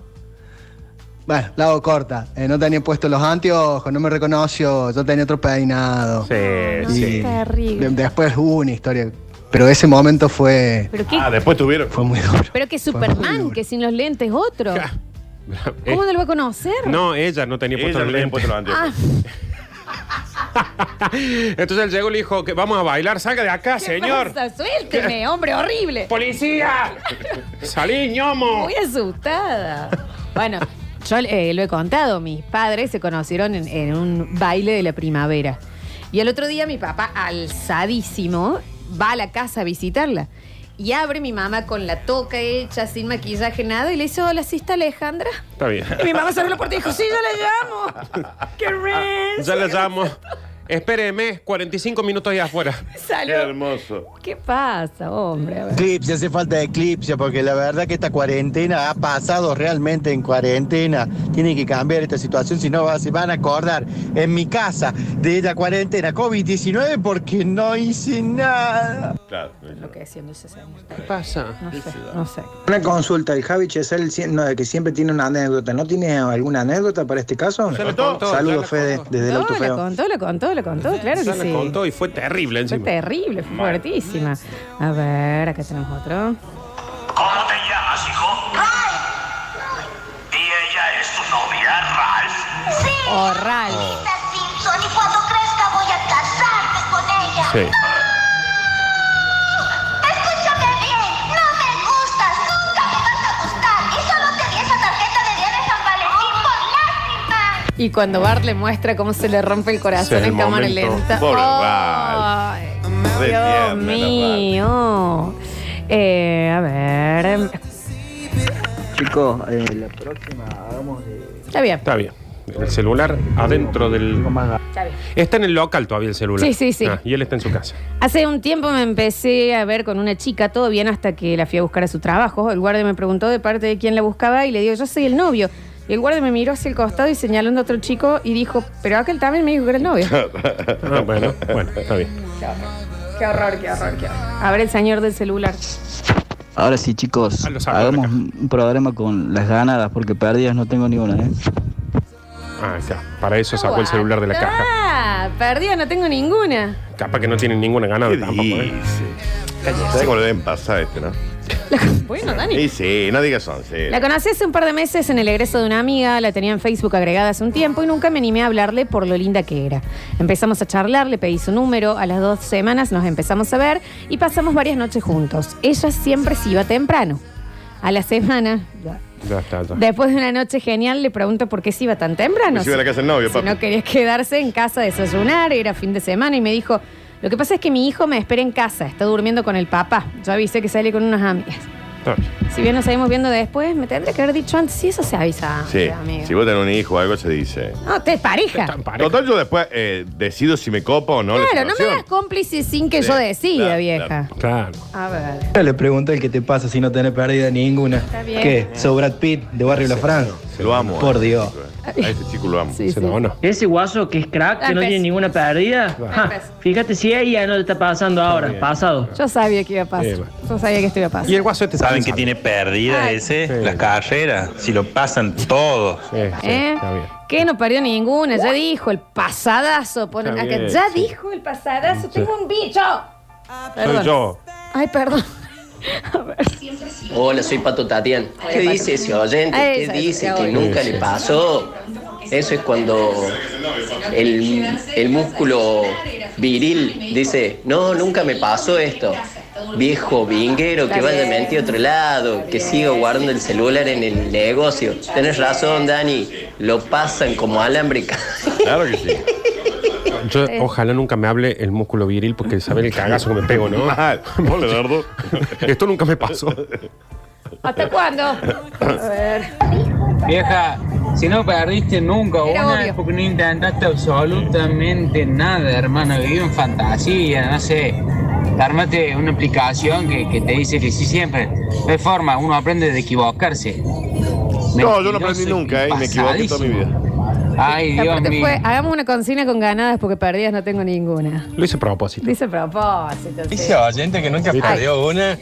[SPEAKER 12] Bueno, la hago corta. eh, no tenía puesto los anteojos, no me reconoció, yo tenía otro peinado.
[SPEAKER 3] Sí,
[SPEAKER 12] sí.
[SPEAKER 1] Terrible.
[SPEAKER 12] Después hubo una historia, pero ese momento fue...
[SPEAKER 1] Pero qué-
[SPEAKER 2] Ah, después tuvieron.
[SPEAKER 12] Fue muy duro.
[SPEAKER 1] Pero que Superman, que sin los lentes otro.
[SPEAKER 3] Eh,
[SPEAKER 1] ¿Cómo no lo va a conocer?
[SPEAKER 3] no, ella no tenía puesto
[SPEAKER 2] Ella
[SPEAKER 3] los
[SPEAKER 2] no tenía
[SPEAKER 3] lentes.
[SPEAKER 2] puesto los anteojos.
[SPEAKER 1] Ah,
[SPEAKER 3] Entonces él llegó y le dijo que vamos a bailar, salga de acá,
[SPEAKER 1] ¿qué
[SPEAKER 3] señor.
[SPEAKER 1] pasa? Suélteme, hombre horrible.
[SPEAKER 3] ¡Policía! ¡Salí, ñomo!
[SPEAKER 1] Muy asustada. Bueno, yo eh, lo he contado. Mis padres se conocieron en, en un baile de la primavera. Y el otro día mi papá, alzadísimo, va a la casa a visitarla. Y abre mi mamá con la toca hecha, sin maquillaje, nada. Y le dice, hola, ¿sí está Alejandra?
[SPEAKER 3] Está bien.
[SPEAKER 1] Y mi mamá se abrió la puerta y dijo, sí, yo la llamo. ¡Qué res!
[SPEAKER 3] Ah, Ya la llamo. Espéreme, 45 minutos allá afuera.
[SPEAKER 2] Qué
[SPEAKER 1] Salud.
[SPEAKER 2] hermoso.
[SPEAKER 1] ¿Qué pasa, hombre? A ver.
[SPEAKER 9] Eclipse, hace falta eclipse, porque la verdad que esta cuarentena ha pasado realmente en cuarentena. Tienen que cambiar esta situación, si no va- se van a acordar en mi casa de la cuarentena COVID-19 porque no hice nada.
[SPEAKER 2] Claro.
[SPEAKER 1] Lo que haciendo ese señor.
[SPEAKER 3] ¿Qué pasa?
[SPEAKER 1] No sé, no sé.
[SPEAKER 13] Una consulta, el Javi Chesel sie- no, que siempre tiene una anécdota, ¿no tiene alguna anécdota para este caso?
[SPEAKER 3] Ya la contó, ya la
[SPEAKER 13] Saludos, Fede,
[SPEAKER 3] contó.
[SPEAKER 13] desde el
[SPEAKER 1] No, la
[SPEAKER 13] autofeo.
[SPEAKER 1] contó, la contó, la contó, claro
[SPEAKER 3] Ya
[SPEAKER 1] que
[SPEAKER 3] la
[SPEAKER 1] sí.
[SPEAKER 3] contó y fue terrible
[SPEAKER 1] Fue
[SPEAKER 3] encima.
[SPEAKER 1] terrible, fue fuertísima. A ver, acá tenemos otro.
[SPEAKER 14] ¿Cómo te llamas, hijo? ¿Y ella es tu novia, Ralph?
[SPEAKER 5] Sí.
[SPEAKER 1] Oh, Ralph.
[SPEAKER 5] Lisa Simpson, y cuando crezca voy a casarme con ella.
[SPEAKER 3] Sí.
[SPEAKER 5] Escúchame bien, no me gustas, nunca me vas a gustar. Y solo te di esa tarjeta
[SPEAKER 1] Y cuando Bart le muestra cómo se le rompe el corazón
[SPEAKER 2] Ese es
[SPEAKER 1] en
[SPEAKER 2] el
[SPEAKER 1] cámara
[SPEAKER 2] momento.
[SPEAKER 1] lenta.
[SPEAKER 2] Pobre
[SPEAKER 1] Ay, Dios
[SPEAKER 2] Re tierna, la
[SPEAKER 1] mío. Eh, a ver.
[SPEAKER 15] Chicos, eh, la próxima hagamos de...
[SPEAKER 1] Está bien.
[SPEAKER 3] Está bien. El celular adentro del. Está en el local todavía el celular.
[SPEAKER 1] Sí, sí, sí.
[SPEAKER 3] Ah, y él está en su casa.
[SPEAKER 1] Hace un tiempo me empecé a ver con una chica, todo bien, hasta que la fui a buscar a su trabajo. El guardia me preguntó de parte de quién la buscaba y le digo, yo soy el novio. Y el guardia me miró hacia el costado y señalando a otro chico y dijo, pero aquel también me dijo que era el novio.
[SPEAKER 3] Ah, bueno, bueno, está bien.
[SPEAKER 1] qué horror, qué horror, qué horror, qué horror. A ver el señor del celular.
[SPEAKER 16] Ahora sí, chicos, hagamos un programa con las ganadas, porque perdidas no tengo ninguna, ¿eh?
[SPEAKER 3] Ah, ya. Para eso sacó el celular de la caja.
[SPEAKER 1] Ah, perdida, no tengo ninguna.
[SPEAKER 3] Capaz que no tienen ninguna ganada tampoco. ¿eh?
[SPEAKER 2] ¿Sabes cómo lo deben pasar este, no?
[SPEAKER 1] Bueno, Dani.
[SPEAKER 2] Sí, sí, no digas once.
[SPEAKER 1] La conocí hace un par de meses en el egreso de una amiga, la tenía en Facebook agregada hace un tiempo y nunca me animé a hablarle por lo linda que era. Empezamos a charlar, le pedí su número, a las dos semanas nos empezamos a ver y pasamos varias noches juntos. Ella siempre se iba temprano. A la semana,
[SPEAKER 3] Ya está, ya.
[SPEAKER 1] después de una noche genial, le pregunto por qué se iba tan temprano.
[SPEAKER 2] Que se Pues iba a la casa del novio,
[SPEAKER 1] si
[SPEAKER 2] papi.
[SPEAKER 1] no quería quedarse en casa a desayunar, era fin de semana y me dijo, lo que pasa es que mi hijo me espera en casa, está durmiendo con el papá. Yo avisé que sale con unas amigas.
[SPEAKER 3] Está bien.
[SPEAKER 1] Si bien nos seguimos viendo después, me tendría que haber dicho antes. Sí, eso se avisa.
[SPEAKER 2] Sí,
[SPEAKER 1] amigo.
[SPEAKER 2] si vos tenés un hijo o algo se dice.
[SPEAKER 1] No, te es pareja.
[SPEAKER 2] Total, yo después eh, decido si me copo o no. la
[SPEAKER 1] Claro, no me
[SPEAKER 2] situación.
[SPEAKER 1] hagas cómplice sin que
[SPEAKER 2] Sí,
[SPEAKER 1] yo decida,
[SPEAKER 2] claro,
[SPEAKER 1] vieja.
[SPEAKER 3] Claro.
[SPEAKER 1] A ver.
[SPEAKER 12] Le pregunté el que te pasa si no tenés pérdida ninguna.
[SPEAKER 1] Está bien.
[SPEAKER 12] ¿Qué? ¿Sos Brad Pitt de Barrio La Fran?
[SPEAKER 2] Se lo amo.
[SPEAKER 12] Por
[SPEAKER 2] eh.
[SPEAKER 12] Dios.
[SPEAKER 2] A este chico lo amo.
[SPEAKER 1] Se lo
[SPEAKER 3] amo.
[SPEAKER 5] Ese guaso que es crack,
[SPEAKER 1] Ah,
[SPEAKER 5] que no
[SPEAKER 1] empecé.
[SPEAKER 5] tiene ninguna pérdida.
[SPEAKER 1] Ah,
[SPEAKER 5] Ja,
[SPEAKER 1] empecé.
[SPEAKER 5] fíjate si ella no le está pasando ahora, pasado.
[SPEAKER 1] Yo sabía que iba a pasar.
[SPEAKER 5] Sí, bueno.
[SPEAKER 1] Yo sabía que esto iba a pasar.
[SPEAKER 5] Y el guaso
[SPEAKER 3] este
[SPEAKER 17] ¿Saben que tiene pérdidas ese? Las carreras. Si lo pasan todos.
[SPEAKER 1] ¿Eh? Que no perdió ninguna, ya dijo el pasadazo. Ponen
[SPEAKER 17] Está
[SPEAKER 1] acá,
[SPEAKER 17] bien,
[SPEAKER 1] ya
[SPEAKER 17] sí.
[SPEAKER 1] dijo el pasadazo, tengo un bicho. Perdón.
[SPEAKER 17] Soy yo.
[SPEAKER 1] Ay, perdón.
[SPEAKER 6] Hola, soy Pato Tatian. ¿Qué
[SPEAKER 1] Pato.
[SPEAKER 6] dice ese oyente?
[SPEAKER 1] Ah,
[SPEAKER 6] ¿Qué
[SPEAKER 1] esa,
[SPEAKER 6] dice
[SPEAKER 1] esa,
[SPEAKER 6] que
[SPEAKER 1] voy.
[SPEAKER 6] nunca
[SPEAKER 1] Sí,
[SPEAKER 6] le
[SPEAKER 1] sí.
[SPEAKER 6] pasó? Eso es cuando el, el músculo viril dice, no, nunca me pasó esto. Viejo vinguero, que
[SPEAKER 18] Está
[SPEAKER 6] vaya a
[SPEAKER 18] bien.
[SPEAKER 6] mentir a otro lado, que siga guardando el celular en el negocio. Tenés razón, Dani, lo pasan como alambre.
[SPEAKER 2] Claro que sí.
[SPEAKER 3] Yo
[SPEAKER 6] Sí.
[SPEAKER 3] ojalá nunca me hable el músculo viril porque saben el cagazo que me pego, ¿no?
[SPEAKER 2] Mal. Hola, Dardo.
[SPEAKER 3] Esto nunca me pasó.
[SPEAKER 1] ¿Hasta cuándo? A ver.
[SPEAKER 4] Vieja, si no perdiste nunca
[SPEAKER 1] Era
[SPEAKER 4] una,
[SPEAKER 1] obvio.
[SPEAKER 4] es porque no intentaste absolutamente nada, hermano. Vivir en fantasía, no sé. Armate una aplicación que, que te dice que sí siempre. No hay forma, uno aprende de equivocarse.
[SPEAKER 2] No, yo no aprendí nunca, eh, y me equivoqué toda mi
[SPEAKER 4] Pasadísimo.
[SPEAKER 2] vida.
[SPEAKER 4] Ay, Dios
[SPEAKER 1] Aparte
[SPEAKER 4] mío.
[SPEAKER 1] fue, hagamos una consigna con ganadas porque perdidas no tengo ninguna.
[SPEAKER 3] Lo hice a propósito.
[SPEAKER 1] Dice a propósito. sí.
[SPEAKER 17] Dice oyente que nunca
[SPEAKER 1] ¿Viste?
[SPEAKER 17] perdió una.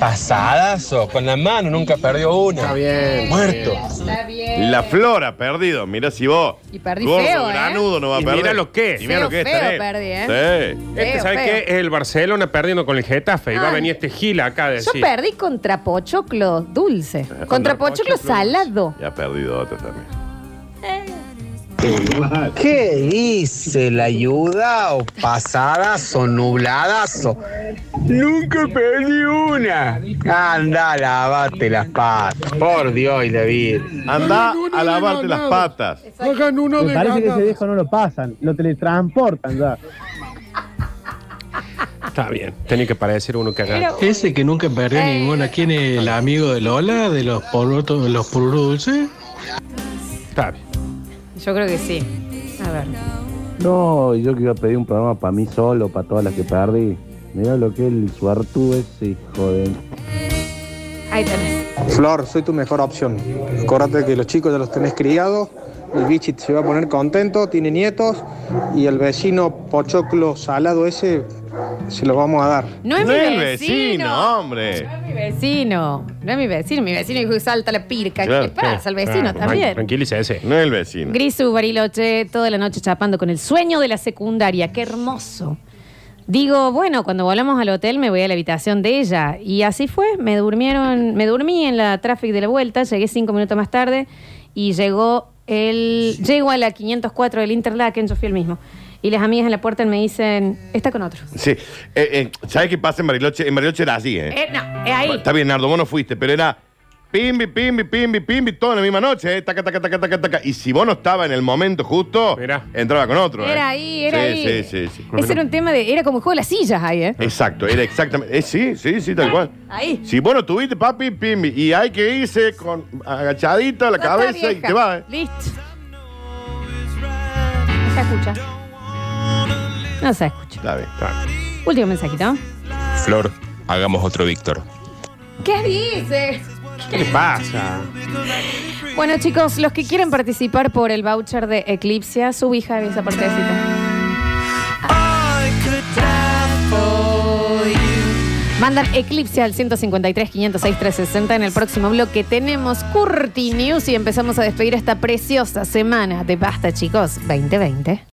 [SPEAKER 17] Pasadazo. Con la mano nunca perdió una. Está bien. Muerto.
[SPEAKER 1] Está bien.
[SPEAKER 2] La flora, perdido. Mira si vos.
[SPEAKER 1] Y perdí
[SPEAKER 2] gordo,
[SPEAKER 1] feo, ¿eh?
[SPEAKER 2] granudo, no va a
[SPEAKER 3] Y
[SPEAKER 2] perder.
[SPEAKER 3] mira lo que es.
[SPEAKER 2] Y mira lo que es
[SPEAKER 1] Feo, feo
[SPEAKER 2] tener.
[SPEAKER 1] perdí, ¿eh?
[SPEAKER 2] Sí.
[SPEAKER 3] Este,
[SPEAKER 1] Feo,
[SPEAKER 3] ¿sabe
[SPEAKER 1] feo.
[SPEAKER 3] qué? Es el Barcelona perdiendo con el Getafe. Y va a
[SPEAKER 1] Ay.
[SPEAKER 3] venir este gila acá a
[SPEAKER 1] Yo
[SPEAKER 3] decir.
[SPEAKER 1] perdí contra pochoclo dulce. Contra pochoclo salado.
[SPEAKER 2] Ya ha perdido otra también.
[SPEAKER 11] ¿Qué dice la ayuda o pasadas o nubladas? o- Nunca perdí una. Anda, lavate las patas. Por Dios y David.
[SPEAKER 2] Anda a lavarte las patas.
[SPEAKER 19] Hagan uno
[SPEAKER 20] Me parece que ese viejo no lo pasan, lo teletransportan ya.
[SPEAKER 3] Está bien. Tenía que parecer uno que haga.
[SPEAKER 21] Ese que nunca perdió
[SPEAKER 1] Eh,
[SPEAKER 21] ninguna, ¿quién es el amigo de Lola, de los porotos, de los pururos dulces?
[SPEAKER 3] Está bien.
[SPEAKER 1] Yo creo que sí. A ver.
[SPEAKER 22] No, yo que iba a pedir un programa para mí solo, para todas las que perdí. Mirá lo que es el suertudo ese, hijo de...
[SPEAKER 1] Ahí tenés.
[SPEAKER 15] Flor, soy tu mejor opción. Acuérdate que los chicos ya los tenés criados, el bichit se va a poner contento, tiene nietos y el vecino pochoclo salado ese se lo vamos a dar.
[SPEAKER 1] No es
[SPEAKER 2] No
[SPEAKER 1] mi
[SPEAKER 2] es el
[SPEAKER 1] vecino.
[SPEAKER 2] vecino, hombre.
[SPEAKER 1] No es mi vecino. No es mi vecino. Mi vecino dijo que salta la pirca. ¿Qué
[SPEAKER 2] Claro,
[SPEAKER 1] pasa?
[SPEAKER 2] claro.
[SPEAKER 1] El vecino
[SPEAKER 2] Claro,
[SPEAKER 1] también.
[SPEAKER 3] Tranquilice ese.
[SPEAKER 2] No es el vecino.
[SPEAKER 1] Grisu, Bariloche, toda la noche chapando con el sueño de la secundaria. Qué hermoso. Digo, bueno, cuando volvamos al hotel me voy a la habitación de ella. Y así fue. Me durmieron, me dormí en la tráfico de la vuelta, llegué cinco minutos más tarde y llegó el. Llego a la 504 del Interlaken, yo fui el mismo. Y las amigas en la puerta me dicen, está con otro.
[SPEAKER 2] Sí. Eh, eh, ¿Sabes qué pasa en Bariloche? En Bariloche era así, ¿eh?
[SPEAKER 1] Eh, no, es ahí.
[SPEAKER 2] Está bien, Nardo, vos no fuiste, pero era. Pimbi, pimbi, pimbi, pimbi, todo en la misma noche, eh. Taca, taca, taca, taca, taca. Y si vos no estabas en el momento justo, entraba con otro. eh.
[SPEAKER 1] Era ahí, era
[SPEAKER 2] Sí,
[SPEAKER 1] ahí.
[SPEAKER 2] Sí, sí, sí.
[SPEAKER 1] Ese era un tema de. Era como el juego de las sillas ahí, ¿eh?
[SPEAKER 2] Exacto, era exactamente. eh, sí, sí, sí, tal cual.
[SPEAKER 1] Ahí.
[SPEAKER 2] Si vos no tuviste, papi, pimbi. Y hay que irse con agachadita
[SPEAKER 1] Ya
[SPEAKER 2] la
[SPEAKER 1] está,
[SPEAKER 2] cabeza y
[SPEAKER 1] vieja.
[SPEAKER 2] te va, eh.
[SPEAKER 1] Listo. No se escucha. No se escucha.
[SPEAKER 2] Está bien.
[SPEAKER 1] Último mensajito.
[SPEAKER 23] Flor, hagamos otro Víctor.
[SPEAKER 1] ¿Qué dice?
[SPEAKER 3] ¿Qué le pasa?
[SPEAKER 1] Bueno, chicos, los que quieren participar por el voucher de Eclipse, subí Javi esa partecita. Mandan Eclipse al 153 506 360 en el próximo bloque. Tenemos Curti News y empezamos a despedir esta preciosa semana de Basta, chicos, 2020.